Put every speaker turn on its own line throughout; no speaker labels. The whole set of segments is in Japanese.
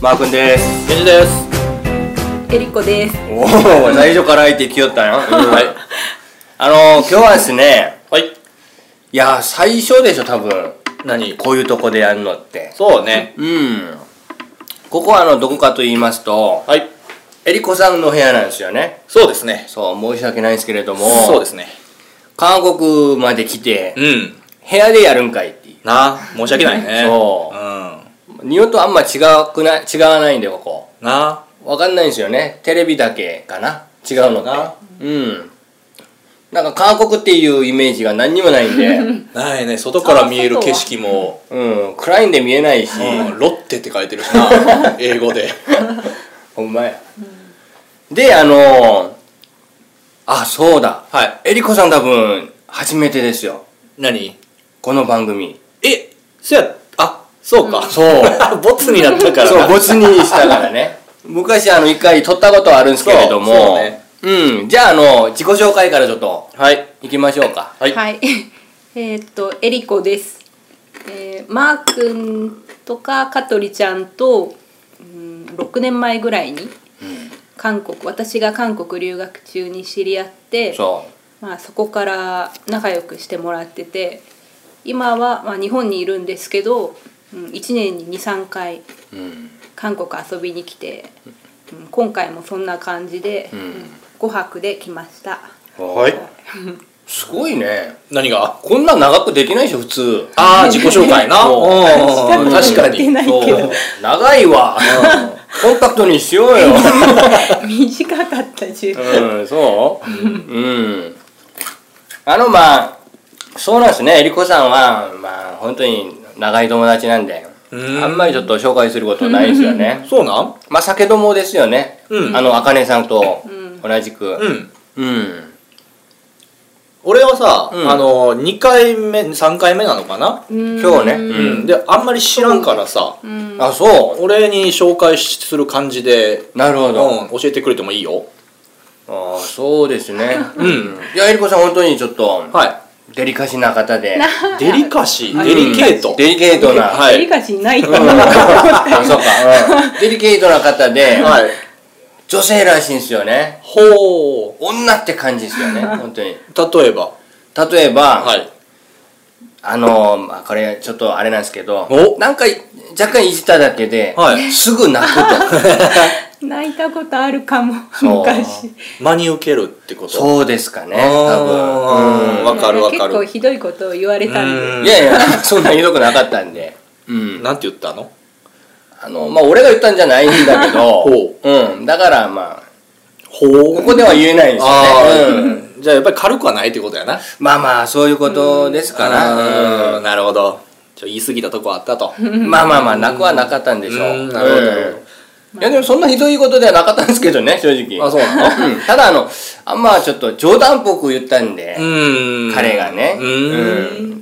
マー君です
ケンジです。
えりこです。
おお最初から入ってきよったんや、
はい。
あのー、今日はですね
はい。
いやー最初でしょ多分
何
こういうとこでやるのって
そうね。
うんここはあのどこかと言いますと
はい。
えりこさんの部屋なんですよね
そうですね。
そう申し訳ないんですけれども
そうですね。
韓国まで来て
うん。
部屋でやるんかいっていう
なあ、申し訳ないね。。
そう
うん。
日本とあんま違くない違わないんでここ
なあ。
わかんないんですよねテレビだけかな違うの
そうだ
かうんなんか韓国っていうイメージが何にもないん で
ないね。外から見える景色も、
うん暗いんで見えないし
うん、ロッテって書いてるし な。英語で。
ほんまやであのー、あそうだ
はい。
えりこさん多分初めてですよ
何
この番組
え、そや、あ、そうか。
そう
ボツになったからな。
そうボツにしたからね昔あの一回撮ったことあるんですけれども
そうそうね
うんじゃああの自己紹介からちょっと
はい。
行きましょうか
はい。
はい。 えーっと、えりこです。えー、マー君とか香取ちゃんと、うん、6年前ぐらいに韓国、私が韓国留学中に知り合って
そ
まあ、そこから仲良くしてもらってて今は、まあ、日本にいるんですけど、うん、1年に23回
ううん
韓国遊びに来て、うん、今回もそんな感じで、
ん
5泊で来ました。
はい。
すごいね
何が
こんなん長くできないでしょ普通
ああ、自己紹介な。
そう
うん確か
言って
に。
ない
そ
け
う
ど
長いわコンパクトにしようよ
短かったし、
うんそううんあのまあそうなんですねえりこさんはまあ本当に長い友達なんで
うん
あんまりちょっと紹介することないですよね
そうなん
まあ酒どもですよね
うん
あのあかねさんと同じ
う
く
ん。
うん
俺はさ、
うん
あの2回目3回目なのかな、
うん
今日ね
う
うん
んであんまり知らんからさ、
うん
あそ
俺に紹介する感じで、
うなるほ
うん、
ど
教えてくれてもいいよ
ああそうですね
うん、
いやえりこさん本当にちょっと
は
デリカシーな方で
いデリカシー、
うん
デリケート、
デリケートな
はい
デリカシーないと
うん
思う、
あそうか、うんデリケートな方で、
はい
女性らしいんですよね
ほ
女って感じですよね本当に
う例えば
例えば、
はい
あのまあこれちょっとあれなんですけど
お
なんか若干いじっただけで、
はい
すぐ泣くと
泣いたことあるかも
そう
昔
真に受けるってことう
そうですかね
あー
多分、
わかるわか
結構
る
ひどいことを言われたんで
うんいやいやそんなひどくなかったんでうん
なんて言ったの
あのまあ俺が言ったんじゃないんだけど
ほ
うん、だからまあ
ほう
ここでは言えないです
ああ、
よね、うん、
じゃあやっぱり軽くはないってことやな
まあまあそういうことですから、
うんなるほどちょ言い過ぎたとこあったと
まあまあまあ、なくはなかったんでしょう。
うんなるほどなるほ
うんいやでもそんなひどいことではなかったんですけどね、正直。
あそうな
うん ただあの、あんまちょっと冗談っぽく言ったんで、
うん
彼がね。
うん
う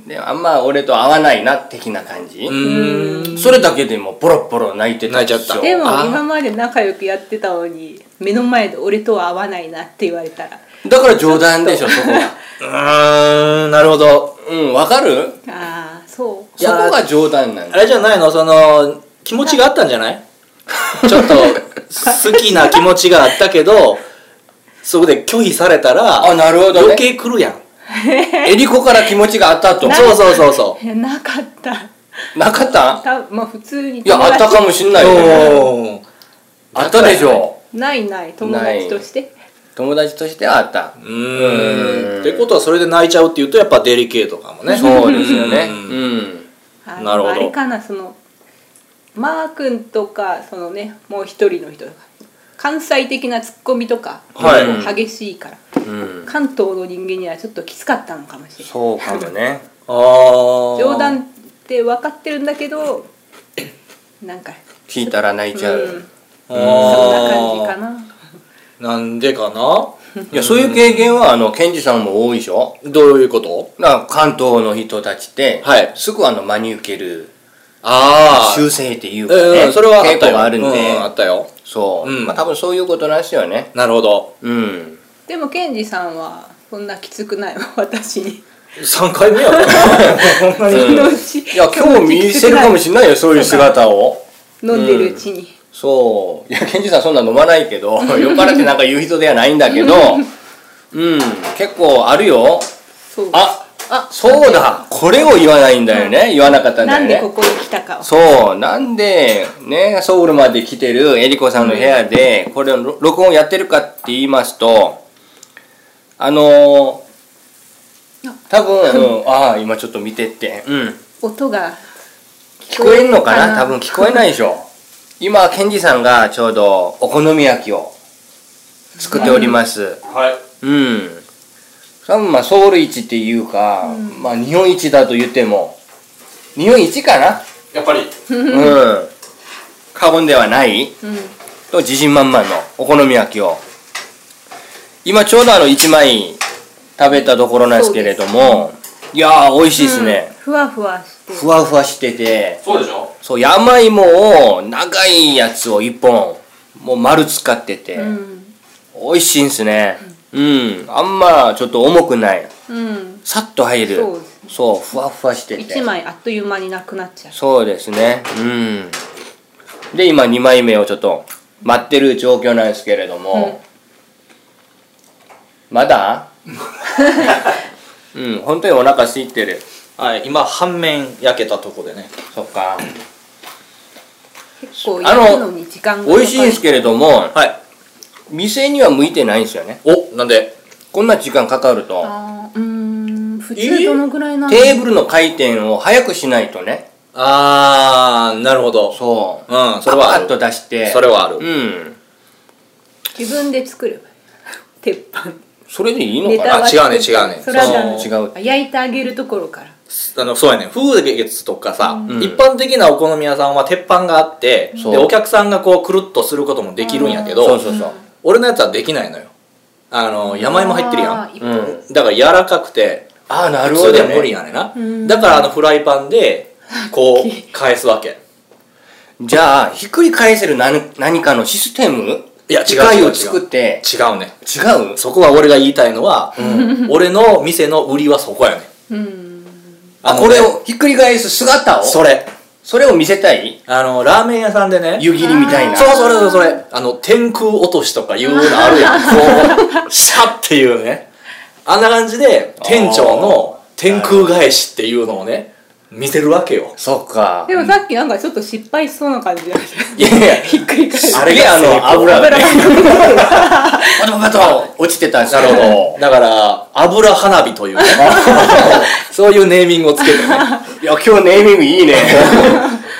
んで、あんま俺と合わないな、的な感じ。
うん
それだけでもボロボロ泣いてたんですよ。
泣いちゃった
でも
あー
今まで仲良くやってたのに目の前で俺とは合わないなって言われたら
だから冗談でしょ、そこは。
うーんなるほど
うん、わかる
ああそ
いう
そ
や
こが冗談なん
あ
だ。
れじゃないのその気持ちがあったんじゃないちょっと好きな気持ちがあったけどそこで拒否されたら
あ、なるほど
余
ね。
計来るやん
えりこから気持ちがあったと。
そうそうそうそ
いやなかった
なかった
たまあ普通に
いや、あったかもしんないよね。
う
あったでしょ。
ないない友達として
友達としてはあった。
うーんってことはそれで泣いちゃうっていうとやっぱデリケートかもね
そうですよね。
うん
うん。
あ
なるほど
あれかなそのマー君とかそのねもう一人の人とか関西的なツッコミとか、
はい
もう激しいから、
うん。
関東の人間にはちょっときつかったのかもしれない
そうかもね。
あー
冗談って分かってるんだけどなんか
聞いたら泣いちゃ
うん
う。
そ
そんな感じかな
なんでかない
や、そういう経験は、あの、ケンジさんも多いでしょ
どういうこと
だから関東の人たちって、
はい
すぐあの、真に受ける
ああ
修正っていうか
う
ね、
んそれはあ
傾
った
向
よ
があるんで
うん、あったよ
そう。
うん
まあ多分そういうことなんですよね。
なるほど
うん。
でもケンジさんはそんなきつくないわ 私に
3回目やろ
そのうち
いや、今日見せるかもしれないよ、そういう姿を。
飲んでるうちに、
そういや健二さんそんな飲まないけど酔っ払ってなんか言う人ではないんだけどうん結構あるよ
そう
あ
あ
そうだこれを言わないんだよね、言わなかったんだ
な
よ
ん
ね
でここに来たかを
そうなんでねソウルまで来てるえりこさんの部屋でこれを録録音やってるかって言いますとあのー多分、 うん、ああ今ちょっと見てってうん
音が
聞こえんのかな多分
聞
聞こえないでしょ今ケンジさんがちょうどお好み焼きを作っております
はい
うん多分まあソウル市っていうか、まあ日本一だと言っても日本一かな
やっぱり
うん過言ではない
うん
と自信満々のお好み焼きを今ちょうどあの1枚食べたところなんですけれどもいやー美味しいですね、
ふわふわして
ふわふわしてて
そうでしょ
そう山芋を長いやつを1本もう丸使ってて、
うん
美味しいんすねうんあんまちょっと重くない
うん
さっと入る
そう
そうふわふわしてて
一枚あっという間になくなっちゃう
そうですね。うん。で、今2枚目をちょっと待ってる状況なんですけれども、ま だうん、本当にお腹空いてる。
はい今半面焼けたとこでね
そっか。
結構焼くのに時間が
美味しいんです
け
けれども、
はい
店には向いてないんですよね。
おなんで
こんな時間かかると、
あーうーん普通どのぐらいなの
テーブルの回転を早くしないとね。
あーなるほど
そう。
うん
パ
それ
パ
はあ
ッと
る
出して。
それはある
うん。
自分で作ればいい 鉄板
それでいい
ネ
のか
タ
な
は
あ違うね違うね
それはダメ
そう違う
あ焼いてあげるところから
あのそうやね風月とかさ、一般的なお好み屋さんは鉄板があって、
そう
でお客さんがこうくるっとすることもできるんやけど、
そうそうそう。
俺のやつはできないのよあの山芋入ってるや
あ
ん
ーいっ
う
ぱ
ん。
い
だから柔らかくて
ああ、なる
普
ほど、
通
ね。
では無理やねんな、
ん
だからあのフライパンでこう返すわけ
じゃあ、ひっくり返せる何何かのシステム
いや違う
機械
違う違
を
う
作って、
違うね
違う
そこは俺が言いたいのは、俺の店の売りはそこやね
う
ん
ん
あ、
のね
これをひっくり返す姿を
それ
それを見せたい
あのラーメン屋さんでね
湯切りみたいな。
そうそれそれそれあの天空落としとかいうのあ るやんこうシャッっていうねあんな感じで店長の天空返しっていうのをね見せるわけよ
そっか
で。もさっきなんかちょっと失敗しそうな感じだった
いやいや、
ひっくり返す
あれがあ
成功
の、油がね、バタバタと落ちてたんです
な
け
る
ど。
ほどだから油花火 というねそういうネーミングをつけてね
いや、今日ネーミングいい ね。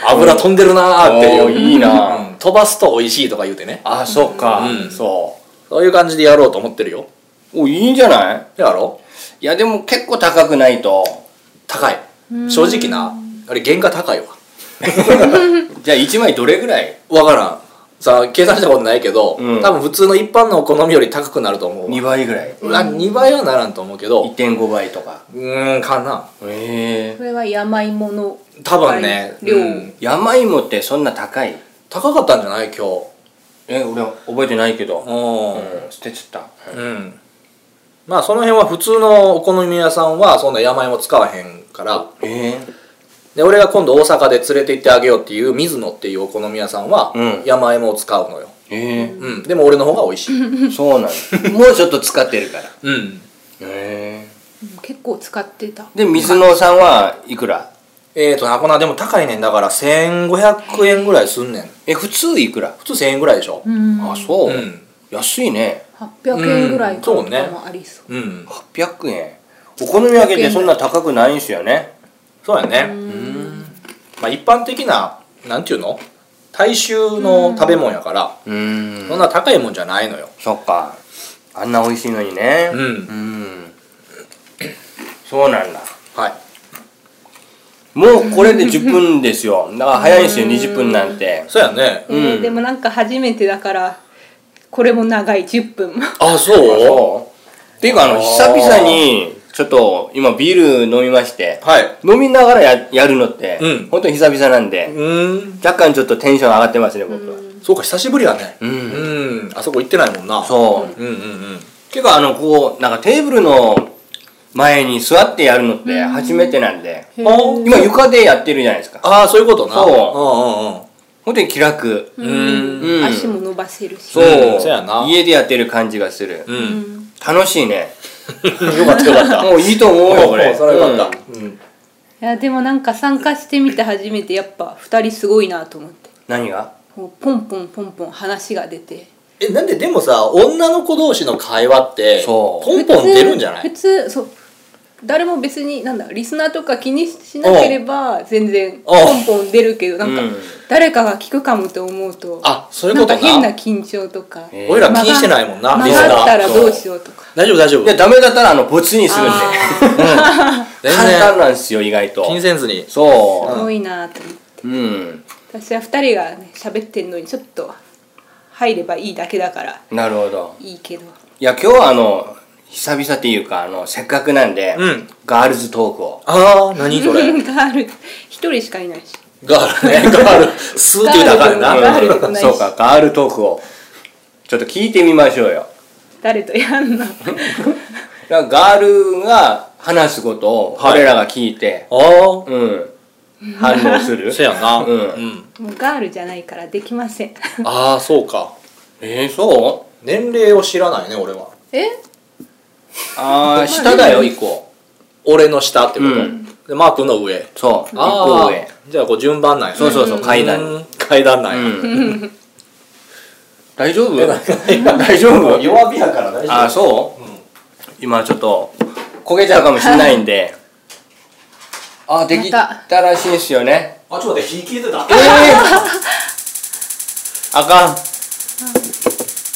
油飛んでるなーって
おー
いう
いいな
うん飛ばすと美味しいとか言うてね
あ、そっか
うん
そ
そういう感じでやろうと思ってるよ
う。お、いいんじゃない
やろ
いや、でも結構高くないと。
高い正直なあれ原価高いわ
じゃあ1枚どれぐらい
わからんさあ計算したことないけど、
うん
多分普通の一般のお好みより高くなると思う
?2 倍ぐらい。
わ2倍はならんと思うけど
1.5倍とか。
うーんかな
へえ。
これは山芋の
多分ね、
量
うん
山芋ってそんな高い
高かったんじゃない今日
え俺覚えてないけど、
う
うん、捨てちゃった、
ん、うん、まあその辺は普通のお好み屋さんはそんな山芋使わへんから
え
で俺が今度大阪で連れて行ってあげようっていう水野っていうお好み屋さんは
うん
山芋を使うのよ、
えええ
うん、でも俺の方が美味しい
そうなのもうちょっと使ってる からへ
うん
え
結構使ってた
で水野さんはいくら
えーとなこなでも高いねんだから1500円ぐらいすんねん
え普通いくら、
普通1000円ぐらいでしょ
うん
あそう、
うん
安いね
800円ぐらい
うんそうね
もありそう
うん
800円お好み焼きってそんな高くないんすよね
そうやねまあ一般的ななんていうの大衆の食べ物やから
うーん
そんな高いもんじゃないのよ
そっかあんな美味しいのにね
うん
うんそうなんだ
はい
もうこれで10分ですよだから早いんですよ20分なんて
そうやね
えーでもなんか初めてだからこれも長い10分も
あそう
そうっていうかあ
あ
の
ー
久々にちょっと今ビール飲みまして
はい
飲みながらややるのって、
うん
本当に久々なんで、
うん
若干ちょっとテンション上がってますね僕は
そうか久しぶりやね
うん
うんあそこ行ってないもんな
そう、
うんうんうん
ていうかあのこうなんかテーブルの前に座ってやるのって初めてなんで、
へー
今床でやってるじゃないですか
ああそういうことな
そう
うんうんうん
本当に気楽、
うん
うん
足も伸ばせるし
そう,、
そうやな
家でやってる感じがする、
う。
うんん
楽しいね
よかったよかった。
もういいと思うよ俺
おうそれはよかった。うん。
いやでもなんか参加してみて初めてやっぱ2人すごいなと思って
何が
こうポンポンポンポン話が出て
え、なんででもさ、女の子同士の会話って、
そう
ポンポン出るんじゃな
普
い
通普通そう誰も別になんだリスナーとか気にしなければ全然ポンポン出るけどなんか
うん
誰かが聞くかもと思うと
あそういうこ
な
となん
か変な緊張とか
え
俺ら気にしてないもんな、
曲
リス
が
ナ
った
ー。
らどうしようとか
大丈夫大丈
いや
夫。
ダメだったらあのボツにするんで
あ
全
簡単
然、
なんですよ意外と
気にせんず
ー
に。
そ
すごいなと思って
ううん
私は2人がね喋ってんのにちょっと入ればいいだけだから
なるほど
いいけど
いや今日はあの久々っていうかあのせっかくなんで、
うん
ガールズトークを
あー、何それ。
ガール一人しかいないし
ガールね、 ガール。スーって言うたらあかん
ガー
な。
ルでもないし
そうかガールトークをちょっと聞いてみましょうよ
誰とや んの
だからガールが話すことを
はい
俺らが聞いて、
あー。
うん反応する
せやな。
うん
ん。
もうガールじゃないからできません
ああ、そうか。
えー、そう
年齢を知らないね、俺は。
え
ああ下だよ一個
俺の下ってこ
うん
と。で、マー君の上。
そう一
あ
個
あ
上
じゃあこう順番なんやね
そうそうそう階段
うん階段なんや、
うん大 丈夫
えなんか
大丈夫
弱火やから大
ああそう、今ちょっと焦げちゃうかもしれないんであできたらしいですよね
あちょっと待って火消えてた
ええあかん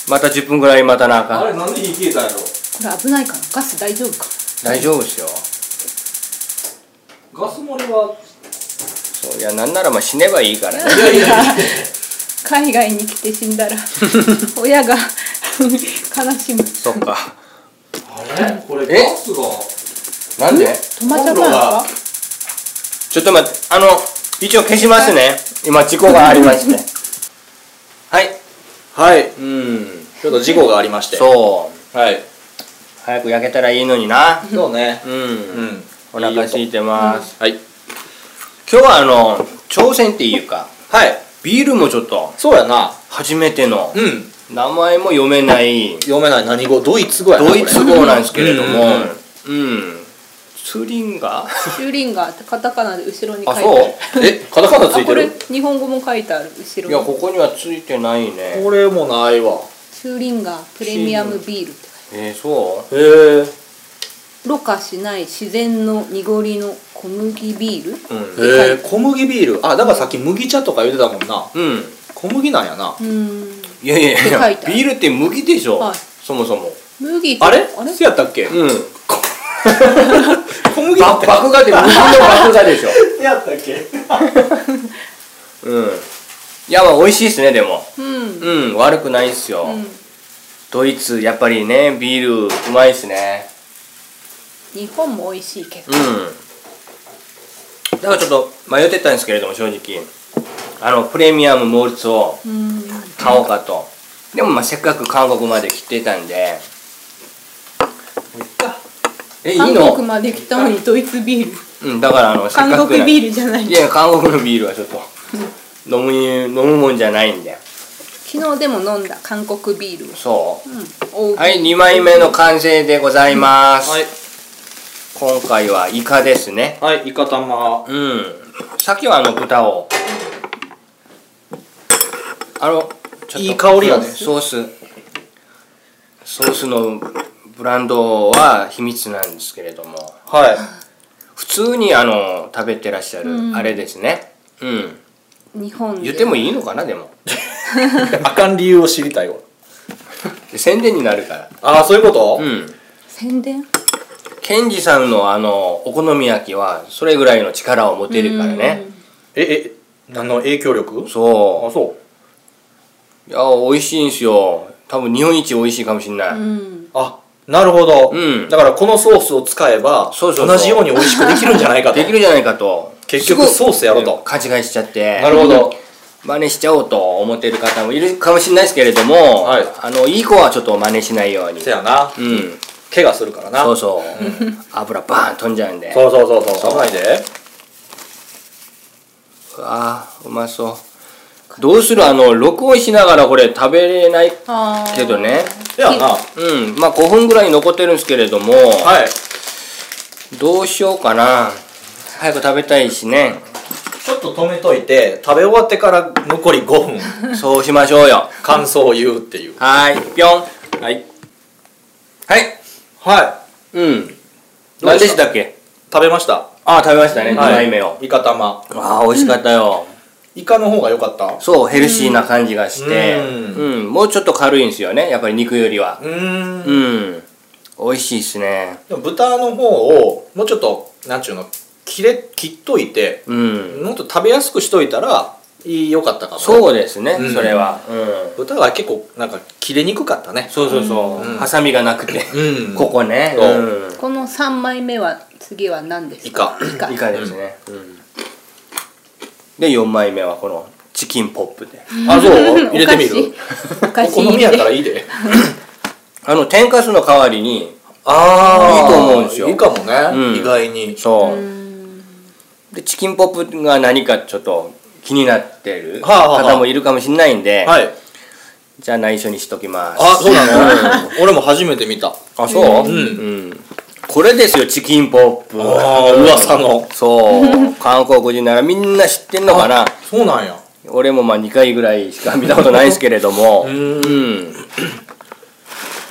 また10分ぐらい待たなあかん
れなんで火消えたんやろ
これ危ないかなガス大丈夫か
大丈夫ですよ
ガス漏れは
そういやなんならまあ死ねばいいからね
いやいや
海外に来て死んだら親が悲しむ
そっか
あれこれ
え
スが
なんで
止まっちゃったのか
ちょっと待ってあの一応消しますね今事故がありましてはい
はい
うん
ちょっと事故がありまし て
そう
はい
早く焼けたらいいのにな
そうね
うん
うん
お腹空いてます。
はい
今日はあの、挑戦っていうか、
はい
ビールもちょっと、
そうやな
初めての
う、ん
名前も読めない、
読めない何語ドイツ語やな
ドイツ
こ
語なんですけれども
う
う
ん、
ん。ツリンガー
シューリンガーってカタカナで後ろに書
あ、
いてある
そう
れえカタカナつ
あ
いて
これ
る
日本語も書いてある後
いや、
ろに
ここにはついてないね。
これもないわ
シューリンガープレミアムビールって
えー、そ
へえ
ろ過しない自然の濁りの小麦ビール
ううん。
へえ小麦ビールあだからさっき麦茶とか言ってたもんな
うん。
小麦なんやな
うーん
いやいやい
って書
や、
いてある
ビールって麦でしょ
はい
そもそも。
麦と
あれ
あれ
せやったっけ
うん。ば麦芽って麦の麦
小麦
芽でしょ。
せやったっけ
うん。いや、まあ、美味しいですね、でも。
うん
うん、悪くないっすよ。
うん
ドイツやっぱりねビールうまいっすね
日本も美味しいけ
う
ど
んだからちょっと迷ってたんですけれども正直あのプレミアムモルツを
うん
買おうかとでもまあせっかく韓国まで来てたんでえいい
韓国
の、
まで来たのにドイツビール
うん、だからあのせっかく
韓国
ー
ビールじゃない
いや韓国のビールはちょっと飲む飲むもんじゃないんで
昨日でも飲んだ韓国ビール
そ
を、うん、
うはい2枚目の完成でございます、
はい
今回はイカですね
はいイカ玉
うん。さっきはあの豚を。あの、ちょっと
いい香りやね
ソース。ソースのブランドは秘密なんですけれども、
は
普通にあの、食べてらっしゃ
う
る、
ん
あれですね。うん。
日本で
言ってもいいのかな、でも。
いあかん理由を知りたいわ
宣伝になるから。
ああそういうこと、
うん。
宣伝
ケンジさんのあの、お好み焼きは、それぐらいの力を持てるからね。
ええ何の影響力
そ
そう
う。いや、美味しいんすよ。多分日本一美味しいかもしんない。
うん、うん、
あなるほど、
うん
だからこのソースを使えば
そうそうそう
同じように美味しくできるんじゃないかと
できるじゃないかと
結局
すごい
ソースやろと
勘違いしちゃって
なるほど
真似しちゃおうと思ってる方もいるかもしれないですけれども、
はい
あのいい子はちょっと真似しないように
せやな
うん
怪我するからな
そうそう、油バーン飛んじゃうんで
そうそうそうそう危ないで
うわーうまそうどうするあの録音しながらこれ食べれない
あー
けどね
ではな、
うんまあ5分ぐらい残ってるんですけれども、
はい。
どうしようかな早く食べたいしね
ちょっと止めといて、食べ終わってから残り5 分、
そうしましょうよ
感想を言うっていう。
はーいぴょんはいはい
はい。
うん
どう
何
で
で
し
したたっけ
食べました。
あ食べましたね2
は
枚目を、
イカ玉。
ああ美味しかったよ、
イカの方が良かった
そうヘルシーな感じがして
う
うん、もうちょっと軽いんですよねやっぱり肉よりは
うーん
う。ん美味しいっすね
でも豚の方を、もうちょっと、なんちゅうの、切れ、切っといて、
うん
もっと食べやすくしといたら、いい良かったかも。う。
そうですね、
うん
それは、うん、
豚が結構、なんか、切れにくかったね。
そうそうそう、
うん
ハサミがなくて、
うん
ここね、
そう
うん
この三枚目は次は何です
イ
か
カ。
イカ
いかですね、うんで4枚目はこのチキンポップで
あ、そう入れてみ
お
る
菓子お菓
お
子
好み
入
やから
れ
いいで。
あの天かすの代わりに
あ
いいと思うんですよ
いいかもね、
うん
意外に。
そう、でチキンポップが何かちょっと気になってる
はあはあはあ
方もいるかもしれないんで、
はい。
じゃあ内緒にしときます
あ、そうなの、俺も初めて見た。
あそう、
う
うん
ん。
これですよチキンポップ
あー噂の
そう韓国人ならみんな知ってんのかな
そうなんや。
俺もまあ2回ぐらいしか見たことないですけれども
ん
うん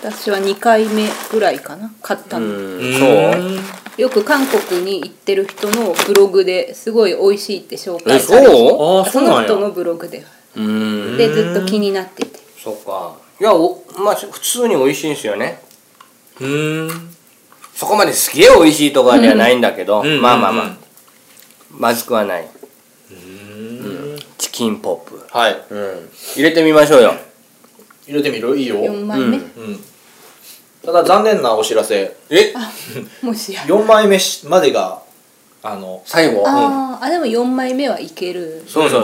私は二回目ぐらいかな買ったの、
そう
よく韓国に行ってる人のブログですごい美味しいって紹
え
介されて
そう
ああ、そうな
の
ん
人の
や。
ブログで
うん
でずっと気になってて
そっかいやおまあ普通に美味しいんですよね
うん。
そこまですげえ美味しいとかではないんだけど、
うん
まあまあまあ、
うんうん
まずくはないチキンポップ
はい。
うん入れてみましょうよ
入れてみるいいよ。
4枚目、
うん
うん。ただ残念なお知らせ、
え
もしや
4枚目しまでが、あの、
最後
あーあでも4枚目はいけるんですか
そうそ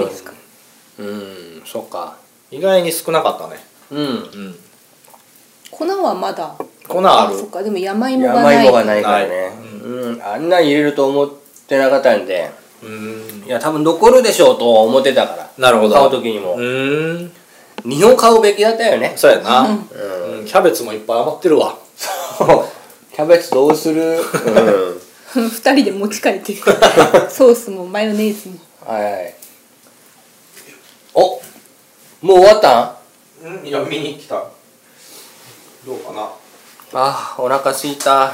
ううんそっか
意外に少なかったね。
うん
うん。
粉はまだ
粉ある
そ。っかでも山芋が
山
ない
芋が ないから
ない
ねうんあんなん入れると思ってなかったんで
うん
い。や多分残るでしょうと思ってたから
なるほど。
買う時にも
うん。
日本買うべきだったよね
そうやな。うん
うん
キャベツもいっぱい余ってるわ。
キャベツどうする、うん、
2人で持ち帰 っていくソースもマヨネーズも
はいはいおもう終わったん
うん、いや、見に来た。どうかな。
あーお腹すいた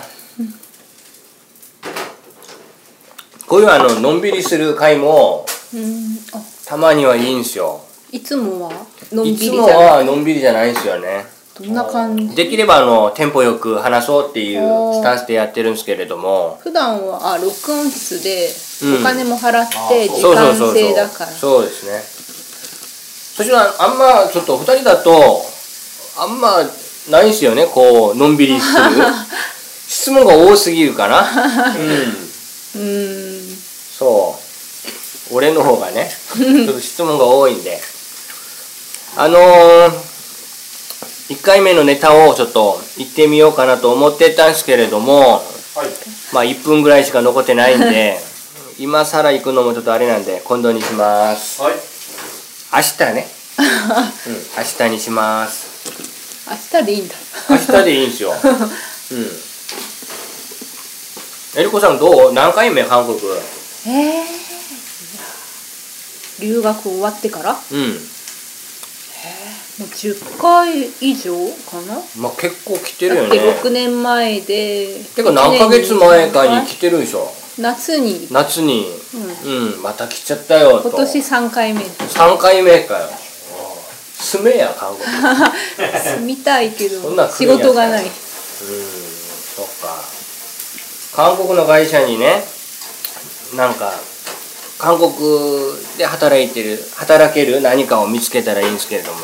こういうあののんびりする回も
うんあ
たまにはいいんすよ
いつもはのんび
い
りじ
つ
ゃ
も
な
はのんびりじゃないんすよね
くどんな感じ
できればあのテンポよく話そうっていう
おー
スタンスでやってるんですけれども
普段はあ録音室で
うん
お金も払って時
そうそう
間
そう
制
そ
だ
う
から
そうですねそしたらあんまちょっと2人だとあんまないんすよねこうのんびり する質問が多すぎるかなうん
うん
そう俺の方が ねちょっと質問が多いんであのー、1回目のネタをちょっと言ってみようかなと思ってたんですけれども
はい。
まあ1分ぐらいしか残ってないん で今更行くのもちょっとあれなんで今度にします
はい。
明日ね、うん、明日にします
明日でいいんだ
明日でいいんです ようんえりこさんどう何回目韓国う
ええ留学終わってからも
ん
う10回以上かな
まあ結構来てるよ
だっ
ね
て6年前で
てか何ヶ月前かに来てるでしょ
夏に
夏に
う
うん、また来ちゃったよと
今年3回目
3回目かよ住めや 韓国うん
住みたいけ
そんな
ど
来
仕
るんや
事がない
そっか韓国の会社にねなんか韓国で働いてる働ける何かを見つけたらいいんですけれども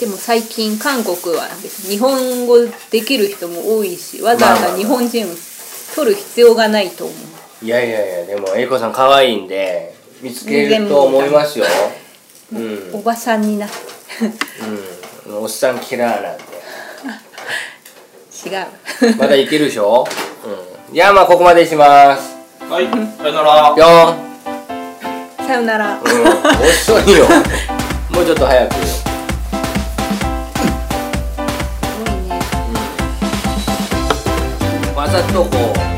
でも最近韓国は別に日本語できる人も多いしわざわざ日本人を取る必要がないと思う
いやいやいやでもえりこさん可愛いんで見つけると思いますようん
おばさんになって
うんおっさんキラーなんで
違う
まだいけるでしょ、うん、いやまあここまでにします
はい。さよなら。
ぴょん、
さよなら
うん、遅いよもうちょっと早く
ごいね
わざとこう